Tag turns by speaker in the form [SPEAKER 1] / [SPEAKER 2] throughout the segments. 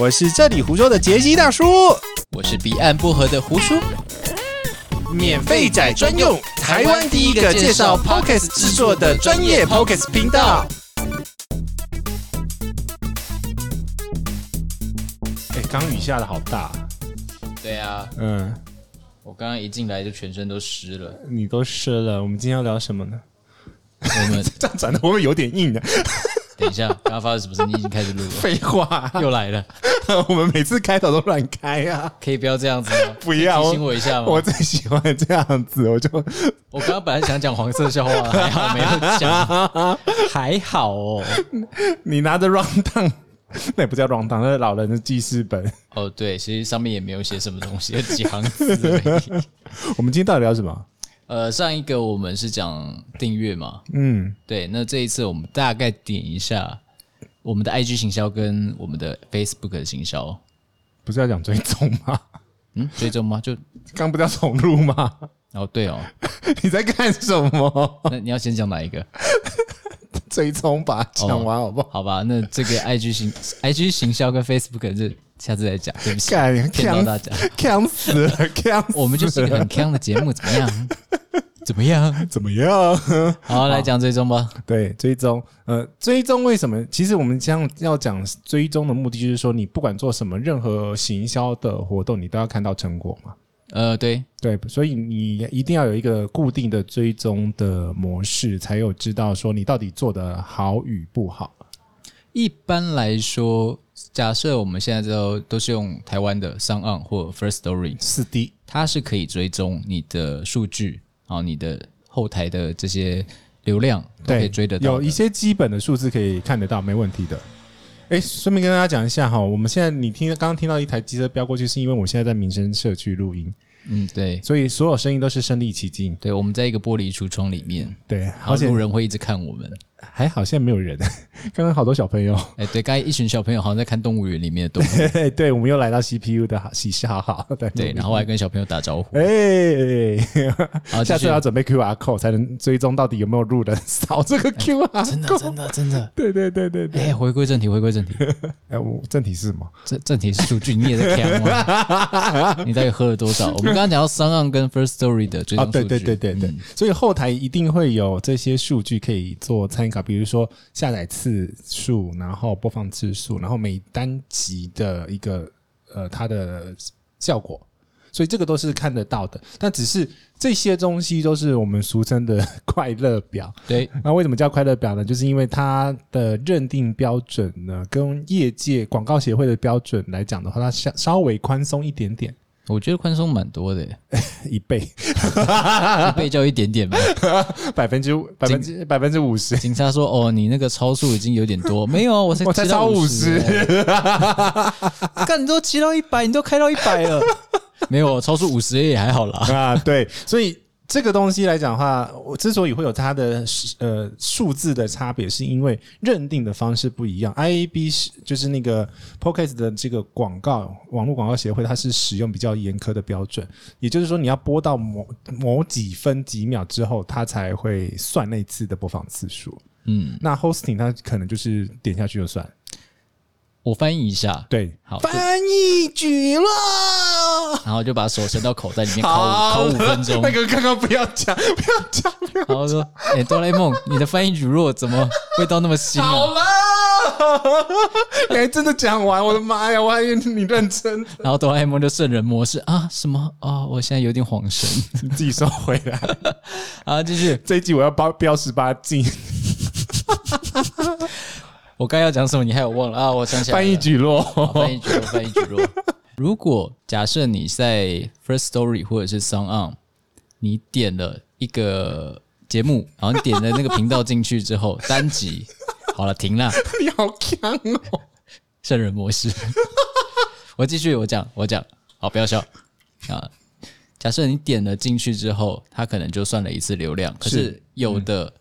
[SPEAKER 1] 我是这里胡说的杰西大叔，
[SPEAKER 2] 我是彼岸薄荷的胡叔，
[SPEAKER 1] 免费仔专用，台湾第一个介绍 Podcast 制作的专业 Podcast 频道。哎，刚雨下的好大，
[SPEAKER 2] 对啊，
[SPEAKER 1] 嗯，
[SPEAKER 2] 我刚刚一进来就全身都湿了。
[SPEAKER 1] 你都湿了。我们今天要聊什么呢？
[SPEAKER 2] 我们
[SPEAKER 1] 这样转的会不会有点 硬的？啊
[SPEAKER 2] 等一下，刚刚发生什么事？你已经开始录 了，
[SPEAKER 1] 废话，啊
[SPEAKER 2] 又来了，
[SPEAKER 1] 我们每次开头都乱开啊。
[SPEAKER 2] 可以不要这样子 吗？
[SPEAKER 1] 不要
[SPEAKER 2] 可以提醒我一下吗？
[SPEAKER 1] 我
[SPEAKER 2] 我
[SPEAKER 1] 最喜欢这样子，我就
[SPEAKER 2] 我刚刚本来想讲黄色笑话，还好没有 讲，还好哦。
[SPEAKER 1] 你拿着 round down，那 也不叫 round down，那是老人的记事本。
[SPEAKER 2] 哦，对，其实上面也没有写什么东西，就几行字而已。
[SPEAKER 1] 我们今天到底聊什么？
[SPEAKER 2] 呃，上一个我们是讲订阅嘛，
[SPEAKER 1] 嗯，
[SPEAKER 2] 对，那这一次我们大概点一下我们的 IG 行销跟我们的 Facebook 的行销，
[SPEAKER 1] 不是要讲追踪吗？
[SPEAKER 2] 嗯，追踪吗？就
[SPEAKER 1] 刚不叫重录吗？
[SPEAKER 2] 哦，对哦，
[SPEAKER 1] 你在干什么？
[SPEAKER 2] 那你要先讲哪一个？
[SPEAKER 1] 追踪吧，讲完好不好？
[SPEAKER 2] 好吧，那这个 IG 行 IG 行销跟 Facebook 这下次再讲，对不起，
[SPEAKER 1] 干、你
[SPEAKER 2] 骗到
[SPEAKER 1] 呛
[SPEAKER 2] 大家。
[SPEAKER 1] 呛死了，呛死了！
[SPEAKER 2] 我们就是一个很坑的节目，怎么样？怎么样？
[SPEAKER 1] 怎么样？
[SPEAKER 2] 好，来讲追踪吧。
[SPEAKER 1] 对，追踪，呃，追踪为什么？其实我们这样要讲追踪的目的，就是说你不管做什么，任何行销的活动，你都要看到成果嘛。
[SPEAKER 2] 呃，对，
[SPEAKER 1] 对，所以你一定要有一个固定的追踪的模式，才有知道说你到底做的好与不好。
[SPEAKER 2] 一般来说，假设我们现在都都是用台湾的 s o n On 或 First Story，
[SPEAKER 1] 四 D，
[SPEAKER 2] 它是可以追踪你的数据啊，你的后台的这些流量都可以
[SPEAKER 1] 对，
[SPEAKER 2] 追得到
[SPEAKER 1] 有
[SPEAKER 2] 的。
[SPEAKER 1] 一些基本的数字可以看得到，没问题的。哎，顺便跟大家讲一下哈，我们现在你听刚刚听到一台机车飙过去，是因为我现在在民生社区录音，
[SPEAKER 2] 嗯，对
[SPEAKER 1] 所以所有声音都是身临其境。
[SPEAKER 2] 对，我们在一个玻璃橱窗里面，
[SPEAKER 1] 对，
[SPEAKER 2] 然后
[SPEAKER 1] 而且
[SPEAKER 2] 路人会一直看我们。
[SPEAKER 1] 还好现在没有人，刚刚好多小朋友。
[SPEAKER 2] 哎，对，刚才一群小朋友好像在看动物园里面的动物，
[SPEAKER 1] 对，对我们又来到 CPU 的好喜事好好。对
[SPEAKER 2] 对，然后我还跟小朋友打招呼。
[SPEAKER 1] 哎，
[SPEAKER 2] 好啊继续
[SPEAKER 1] 下次要准备 QR code 才能追踪到底有没有路人扫这
[SPEAKER 2] 哎
[SPEAKER 1] 个 QR。
[SPEAKER 2] 真的，真的，真的。
[SPEAKER 1] 对对对对对。
[SPEAKER 2] 哎，回归正题，回 归正题，
[SPEAKER 1] 哎，我正题是什么？
[SPEAKER 2] 正正题是数据，你也在看吗？ 你到底喝了多少？我们刚刚讲到三岸跟 First Story 的追
[SPEAKER 1] 啊，
[SPEAKER 2] 踪数据，
[SPEAKER 1] 对对对对对，
[SPEAKER 2] 嗯
[SPEAKER 1] 所以后台一定会有这些数据可以做参考，比如说下载次数，然后播放次数，然后每单集的一个呃它的效果，所以这个都是看得到的。但只是这些东西都是我们俗称的 快乐表，
[SPEAKER 2] 对，
[SPEAKER 1] 那为什么叫快乐表呢？就是因为它的认定标准呢，跟业界广告协会的标准来讲的话，它稍稍微宽松一点点，
[SPEAKER 2] 我觉得宽松蛮多的，
[SPEAKER 1] 一倍，
[SPEAKER 2] 一倍就一点 点吧。
[SPEAKER 1] 百分之百分之百分之五十。
[SPEAKER 2] 警察说：“哦，你那个超速已经有点多，没有啊，我才
[SPEAKER 1] 我才
[SPEAKER 2] 骑到
[SPEAKER 1] 超
[SPEAKER 2] 五哎
[SPEAKER 1] 50，
[SPEAKER 2] 干你都骑到一百，你都开到一百了，没有超速五十也还好 啦。
[SPEAKER 1] 啊，对，所以这个东西来讲的话，我之所以会有它的呃数字的差别，是因为认定的方式不一样。IAB 是就是那个 p o c k e t 的这个广告网络广告协会，它是使用比较严苛的标准，也就是说你要播到某某几分几秒之后，它才会算那次的播放次数。
[SPEAKER 2] 嗯，
[SPEAKER 1] 那 hosting 它可能就是点下去就算，
[SPEAKER 2] 我翻译一下，
[SPEAKER 1] 对，
[SPEAKER 2] 好就
[SPEAKER 1] 翻译举了。
[SPEAKER 2] 然后就把手伸到口袋里面烤五烤五分钟
[SPEAKER 1] 那，个刚刚不要讲，不要讲，不要
[SPEAKER 2] 然后说：‘哎、哆啦 A 梦，你的翻译乳酪怎么味道那么腥
[SPEAKER 1] 好
[SPEAKER 2] 啊
[SPEAKER 1] 了， 你还真的讲完，我的妈呀！我还以为你认真，？’
[SPEAKER 2] 然后哆啦 A 梦就圣人模式啊，什么哦，我现在有点恍神
[SPEAKER 1] 你自己收回来。
[SPEAKER 2] 啊，继续，
[SPEAKER 1] 这一集我要标标十八禁，
[SPEAKER 2] 我刚要讲什么，你害我忘了啊，我想起来了，
[SPEAKER 1] 翻译举
[SPEAKER 2] 好
[SPEAKER 1] 落。
[SPEAKER 2] 翻译举弱，翻译举弱。如果假设你在 First Story 或者是 Sound On，你点了一个节目，然后你点了那个频道进去之后，单集好了，停了，
[SPEAKER 1] 你好强哦！
[SPEAKER 2] 圣人模式。 我继续，我讲，我讲，好，不要笑啊。假设你点了进去之后，它可能就算了一次流量，可是
[SPEAKER 1] 是
[SPEAKER 2] 有的、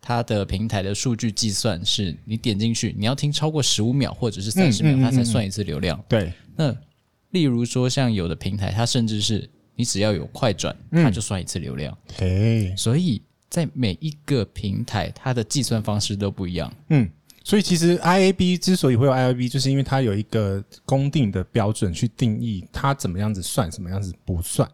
[SPEAKER 2] 它的平台的数据计算是你点进去，你要听超过十五秒或者是三十秒，
[SPEAKER 1] 嗯嗯嗯
[SPEAKER 2] 它才算一次流量。
[SPEAKER 1] 对，
[SPEAKER 2] 那例如说，像有的平台，它甚至是你只要有快转，它就算一次流量。
[SPEAKER 1] 嘿，
[SPEAKER 2] 所以在每一个平台，它的计算方式都不一样。
[SPEAKER 1] 嗯，所以其实 IAB 之所以会有 IAB，就是因为它有一个公定的标准去定义它怎么样子算，什么样子不算。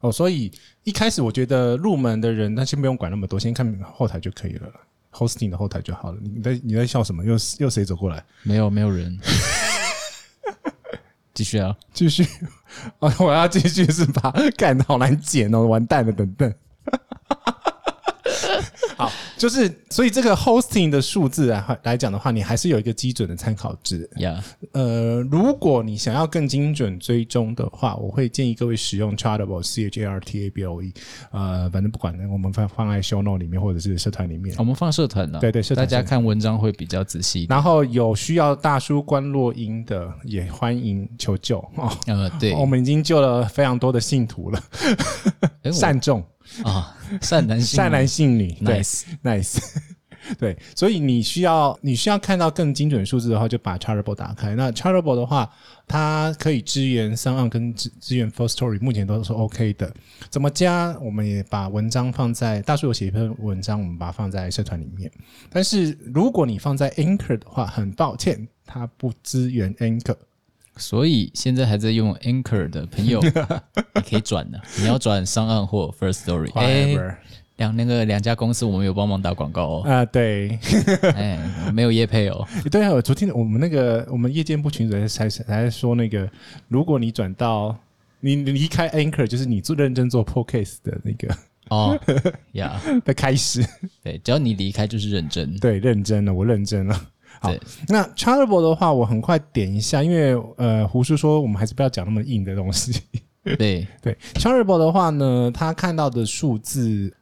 [SPEAKER 1] 哦，所以一开始我觉得入门的人，那先不用管那么多，先看后台就可以了，hosting 的后台就好了。你在你在笑什么？又又谁走过来？
[SPEAKER 2] 没有没有人。 继续啊，
[SPEAKER 1] 继续， 哦，我要继续是吧？干，好难剪哦，完蛋了，等等。 好，就是所以这个 hosting 的数字啊来讲的话，你还是有一个基准的参考值。
[SPEAKER 2] 呀、
[SPEAKER 1] 呃，如果你想要更精准追踪的话，我会建议各位使用 Chartable C H A R T A B L E。呃，反正不管，我们放放在 show note 里面或者是社团里面。
[SPEAKER 2] 我们放社团了，
[SPEAKER 1] 对对社团
[SPEAKER 2] 大家看文章会比较仔细一点。
[SPEAKER 1] 然后有需要大叔关落音的，也欢迎求救哦。
[SPEAKER 2] 呃，对，
[SPEAKER 1] 我们已经救了非常多的信徒了，
[SPEAKER 2] 哎诶我
[SPEAKER 1] 善众、
[SPEAKER 2] 啊，善男信
[SPEAKER 1] 善男信女，对
[SPEAKER 2] ，nice，
[SPEAKER 1] nice，对， 所以你需要你需要看到更精准数字的话，就把 Chartable 打开。那 Chartable 的话，它可以支援三岸跟支支援 First Story，目前都是 OK 的。怎么加？我们也把文章放在大叔有写一篇文章，我们把它放在社团里面。但是如果你放在 Anchor 的话，很抱歉，它不支援 Anchor。
[SPEAKER 2] 所以现在还在用 Anchor 的 朋友，你可以转的，你要转上岸或 First Story。哎，
[SPEAKER 1] Whatever
[SPEAKER 2] 两那个两家公司我们有帮忙打广告哦，
[SPEAKER 1] 啊、对，
[SPEAKER 2] 哎，没有业配哦，
[SPEAKER 1] 对啊，我昨天我们那个我们夜间部群主才才才说那个，如果你转到你你离开 Anchor，就是你做认真做 Podcast 的那个
[SPEAKER 2] 哦呀，
[SPEAKER 1] 的开始，
[SPEAKER 2] 对，只要你离开就是认真，
[SPEAKER 1] 对，认真了，我认真了。好
[SPEAKER 2] 对，
[SPEAKER 1] 那 Chartable 的话，我很快点一下，因为呃，胡叔说我们还是不要讲那么硬的东西。
[SPEAKER 2] 对，
[SPEAKER 1] 对 Chartable 的话呢，他看到的数字，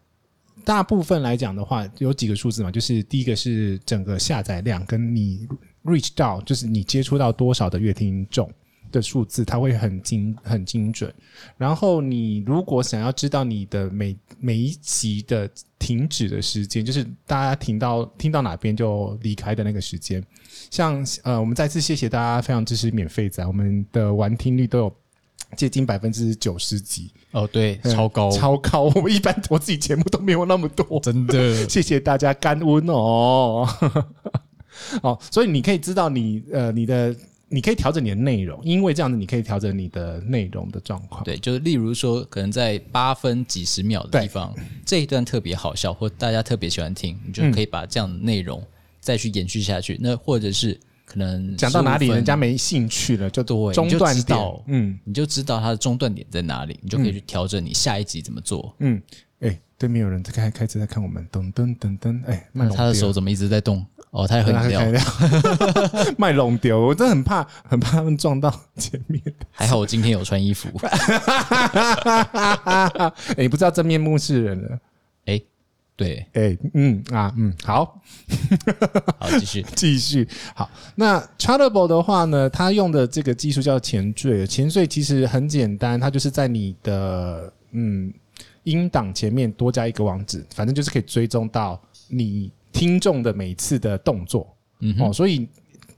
[SPEAKER 1] 大部分来讲的话，有几个数字嘛，就是第一个是整个下载量跟你 reach 到，就是你接触到多少的乐听众的数字，它会很精很精准。然后你如果想要知道你的每每一集的停止的时间，就是大家停到听到哪边就离开的那个时间，像呃，我们再次谢谢大家非常支持免费仔，我们的完听率都有接近百分之九十几，
[SPEAKER 2] 哦对，
[SPEAKER 1] 嗯
[SPEAKER 2] 超高，
[SPEAKER 1] 超高。我们一般我自己节目都没有那么多，
[SPEAKER 2] 真的，
[SPEAKER 1] 谢谢大家干温哦。 哦，所以你可以知道你呃你的。你可以调整你的内容，因为这样子你可以调整你的内容的状况。
[SPEAKER 2] 对，就是例如说，可能在八分几十秒的地
[SPEAKER 1] 对
[SPEAKER 2] 方，这一段特别好笑，或大家特别喜欢听，你就
[SPEAKER 1] 嗯
[SPEAKER 2] 可以把这样的内容再去延续下去。那或者是可能
[SPEAKER 1] 讲到哪里
[SPEAKER 2] 15分
[SPEAKER 1] 人家没兴趣了，就
[SPEAKER 2] 对
[SPEAKER 1] 中
[SPEAKER 2] 你就
[SPEAKER 1] 断
[SPEAKER 2] 知
[SPEAKER 1] 掉。
[SPEAKER 2] 道
[SPEAKER 1] 嗯
[SPEAKER 2] 你就知道它的中断点在哪里，你就可以去调整你下一集怎么做。
[SPEAKER 1] 嗯，哎、对面有人在开开车在看我们，噔噔噔噔，哎、慢
[SPEAKER 2] 那
[SPEAKER 1] 慢
[SPEAKER 2] 他的手怎么一直在动？哦，他也喝
[SPEAKER 1] 啊
[SPEAKER 2] 饮料，
[SPEAKER 1] 卖弄丢，我真的很怕，很怕他们撞到前面。
[SPEAKER 2] 还好我今天有穿衣服。
[SPEAKER 1] 哎、你不知道真面目是人了。
[SPEAKER 2] 哎，对，
[SPEAKER 1] 哎、嗯啊，嗯，好，
[SPEAKER 2] 好，继续。
[SPEAKER 1] 继续。好，那 Chartable 的话呢，它用的这个技术叫前缀。前缀其实很简单，它就是在你的嗯音档前面多加一个网址，反正就是可以追踪到你听众的每次的动作。
[SPEAKER 2] 嗯
[SPEAKER 1] 哦，所以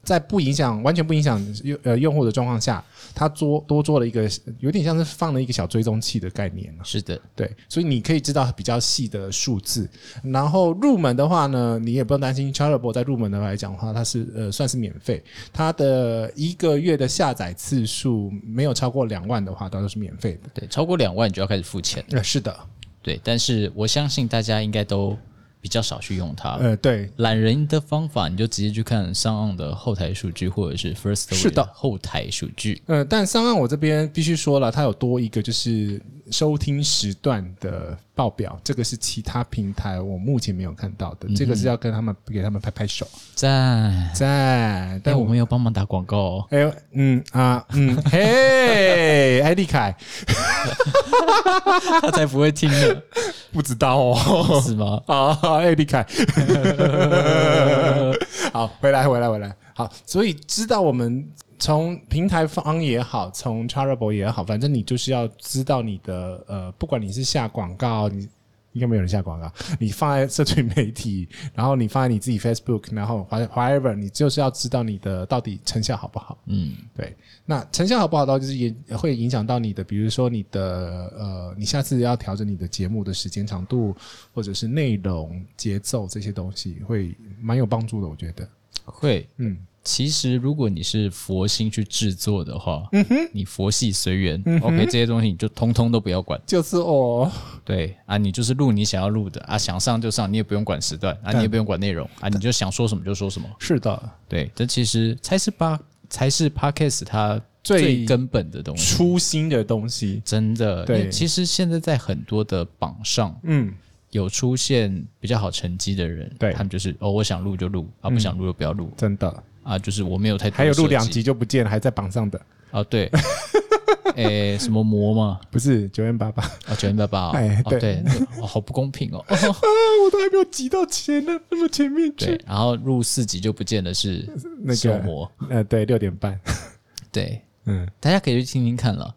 [SPEAKER 1] 在不影响、完全不影响用呃用户的状况下，它做多做了一个有点像是放了一个小追踪器的概念啊。
[SPEAKER 2] 是的，
[SPEAKER 1] 对，所以你可以知道比较细的数字。然后入门的话呢，你也不用担心 Chartable 在入门的来讲的话，它是呃算是免费，它的一个月的下载次数没有超过两万的话，它都是免费的。
[SPEAKER 2] 对，超过两万你就要开始付钱。
[SPEAKER 1] 呃， 是的，
[SPEAKER 2] 对，但是我相信大家应该都比较少去用它。
[SPEAKER 1] 呃，对，
[SPEAKER 2] 懒人的方法，你就直接去看上岸的后台数据，或者是 First Story
[SPEAKER 1] 是的
[SPEAKER 2] 后台数据。
[SPEAKER 1] 呃，但上岸我这边必须说了，它有多一个就是收听时段的报表，这个是其他平台我目前没有看到的，这个是要跟他们给他们拍拍手，
[SPEAKER 2] 赞，
[SPEAKER 1] 赞。但
[SPEAKER 2] 但
[SPEAKER 1] 哎我
[SPEAKER 2] 我
[SPEAKER 1] 们
[SPEAKER 2] 们有帮忙打广告哦。
[SPEAKER 1] 哎呦，嗯啊，嗯，嘿，艾利凯
[SPEAKER 2] 他才不会听呢，
[SPEAKER 1] 不知道 哦，
[SPEAKER 2] 是吗？
[SPEAKER 1] 啊，艾利凯， 好，回来，回来，回来，好，所以知道我们从平台方也好，从 Chartable 也好，反正你就是要知道你的呃，不管你是下广告，你应该没有人下广告，你放在社群媒体，然后你放在你自己 Facebook，然后 whatever，你就是要知道你的到底成效好不好。
[SPEAKER 2] 嗯，
[SPEAKER 1] 对，那成效好不好到就是也会影响到你的，比如说你的呃，你下次要调整你的节目的时间长度，或者是内容、节奏这些东西，会蛮有帮助的，我觉得。
[SPEAKER 2] 会，
[SPEAKER 1] 嗯
[SPEAKER 2] 其实如果你是佛心去制作的话，嗯哼，你佛系随缘、o
[SPEAKER 1] 嗯
[SPEAKER 2] k 这些东西你就通通都不要管。
[SPEAKER 1] 就是哦，
[SPEAKER 2] 对啊，你就是录你想要录的啊，想上就上，你也不用管时段啊，
[SPEAKER 1] 但
[SPEAKER 2] 你也不用管内容啊，你就想说什么就说什么。
[SPEAKER 1] 是的，
[SPEAKER 2] 对，这其实才是八才是 podcast 它
[SPEAKER 1] 最
[SPEAKER 2] 最根本
[SPEAKER 1] 嗯
[SPEAKER 2] 的东西，
[SPEAKER 1] 初心的东西，
[SPEAKER 2] 真的。因
[SPEAKER 1] 对
[SPEAKER 2] 为其实现在在很多的榜上
[SPEAKER 1] 嗯，
[SPEAKER 2] 有出现比较好成绩的人，
[SPEAKER 1] 对
[SPEAKER 2] 他们就是哦，我想录就录啊，不想录就不要录、
[SPEAKER 1] 真的，
[SPEAKER 2] 啊，就是我没有太多
[SPEAKER 1] 还有录两
[SPEAKER 2] 设计
[SPEAKER 1] 集就不见了，还在榜上的，
[SPEAKER 2] 啊， 对，诶、什么魔嘛，
[SPEAKER 1] 不是九点八八，
[SPEAKER 2] 啊，九零八八，
[SPEAKER 1] 哎
[SPEAKER 2] 哦，
[SPEAKER 1] 对
[SPEAKER 2] 对，哦，好不公 平哦。
[SPEAKER 1] 我都还没有挤到前呢，那么前面
[SPEAKER 2] 对，，然后入四级就不见得是
[SPEAKER 1] 那个
[SPEAKER 2] 修魔，
[SPEAKER 1] 呃，对，六点半，
[SPEAKER 2] 对，
[SPEAKER 1] 嗯，
[SPEAKER 2] 大家可以去听听看了。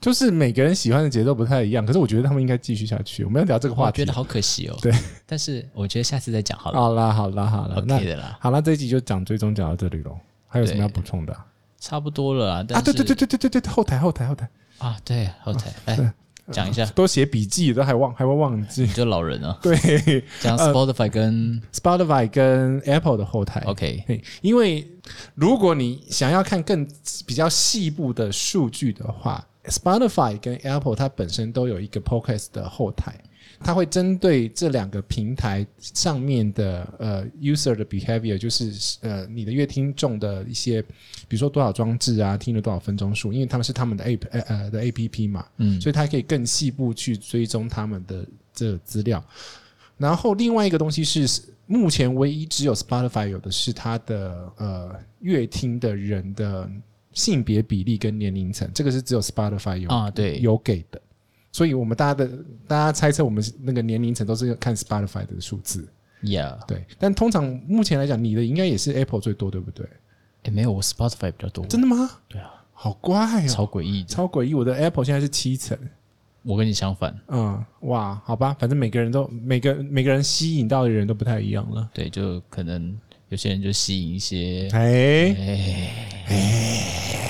[SPEAKER 1] 就是每个人喜欢的节奏不太一样，可是我觉得他们应该继续下去，我们要聊这个话
[SPEAKER 2] 我
[SPEAKER 1] 题
[SPEAKER 2] 觉得，好可惜哦。
[SPEAKER 1] 对，
[SPEAKER 2] 但是我觉得下次再讲好了。
[SPEAKER 1] 好啦，好啦，好啦，那
[SPEAKER 2] OK 的啦，
[SPEAKER 1] 好啦，这一集就讲追踪讲到这里喽，还有什么要补充的啊？
[SPEAKER 2] 差不多了啦。但
[SPEAKER 1] 啊，
[SPEAKER 2] 是
[SPEAKER 1] 对对对哦呃对对对对，后台后台后台，
[SPEAKER 2] 啊，对，后台来讲一下，
[SPEAKER 1] 都写笔记都还忘还会忘记
[SPEAKER 2] 你。就老人了。
[SPEAKER 1] 对
[SPEAKER 2] 讲 Spotify 跟
[SPEAKER 1] ，Spotify 跟 Apple 的后台
[SPEAKER 2] OK，
[SPEAKER 1] 嘿因为如果你想要看更比较细部的数据的话，Spotify 跟 Apple 它本身都有一个 Podcast 的后台，它会针对这两个平台上面的呃 user 的 behavior，就是呃你的乐听众的一些，比如说多少装置啊，听了多少分钟数，因为他们是他们的 app 呃呃的 app 嘛，
[SPEAKER 2] 嗯，
[SPEAKER 1] 所以它可以更细部去追踪他们的这个资料。然后另外一个东西是，目前唯一只有 Spotify 有的是它的呃乐听的人的性别比例跟年龄层，这个是只有 Spotify 有、
[SPEAKER 2] 啊，对，
[SPEAKER 1] 有给的。所以我们大家的大家猜测，我们那个年龄层都是看 Spotify 的数字，
[SPEAKER 2] Yeah，
[SPEAKER 1] 对。但通常目前来讲，你的应该也是 Apple 最多，对不对？
[SPEAKER 2] 诶没有，我 Spotify 比较多，
[SPEAKER 1] 真的吗？
[SPEAKER 2] 对啊，
[SPEAKER 1] 好怪哦，
[SPEAKER 2] 超诡异的。
[SPEAKER 1] 超诡异！我的 Apple 现在是七层，
[SPEAKER 2] 我跟你相反，
[SPEAKER 1] 嗯，哇，好吧，反正每个人都每个每个人吸引到的人都不太一样了。
[SPEAKER 2] 对，就可能有些人就吸引一些
[SPEAKER 1] 哎，
[SPEAKER 2] 哎，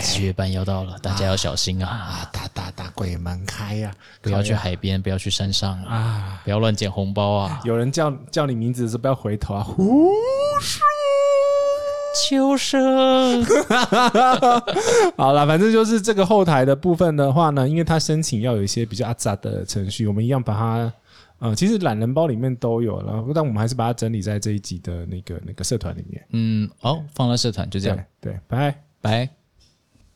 [SPEAKER 2] 七月半要到了，大家要小心啊！
[SPEAKER 1] 大大大鬼门开啊呀、
[SPEAKER 2] 不要去海边，不要去山上啊！
[SPEAKER 1] 啊！
[SPEAKER 2] 不要乱捡红包啊！
[SPEAKER 1] 有人叫叫你名字的时候不要回头啊！胡说。
[SPEAKER 2] 秋 生，
[SPEAKER 1] 好了，反正就是这个后台的部分的话呢，因为它申请要有一些比较阿杂的程序，我们一样把它。呃，其实懒人包里面都有了，但我们还是把它整理在这一集的那个那个社团里面。
[SPEAKER 2] 嗯，好，放到社团就这样
[SPEAKER 1] 对，对，拜。
[SPEAKER 2] 拜。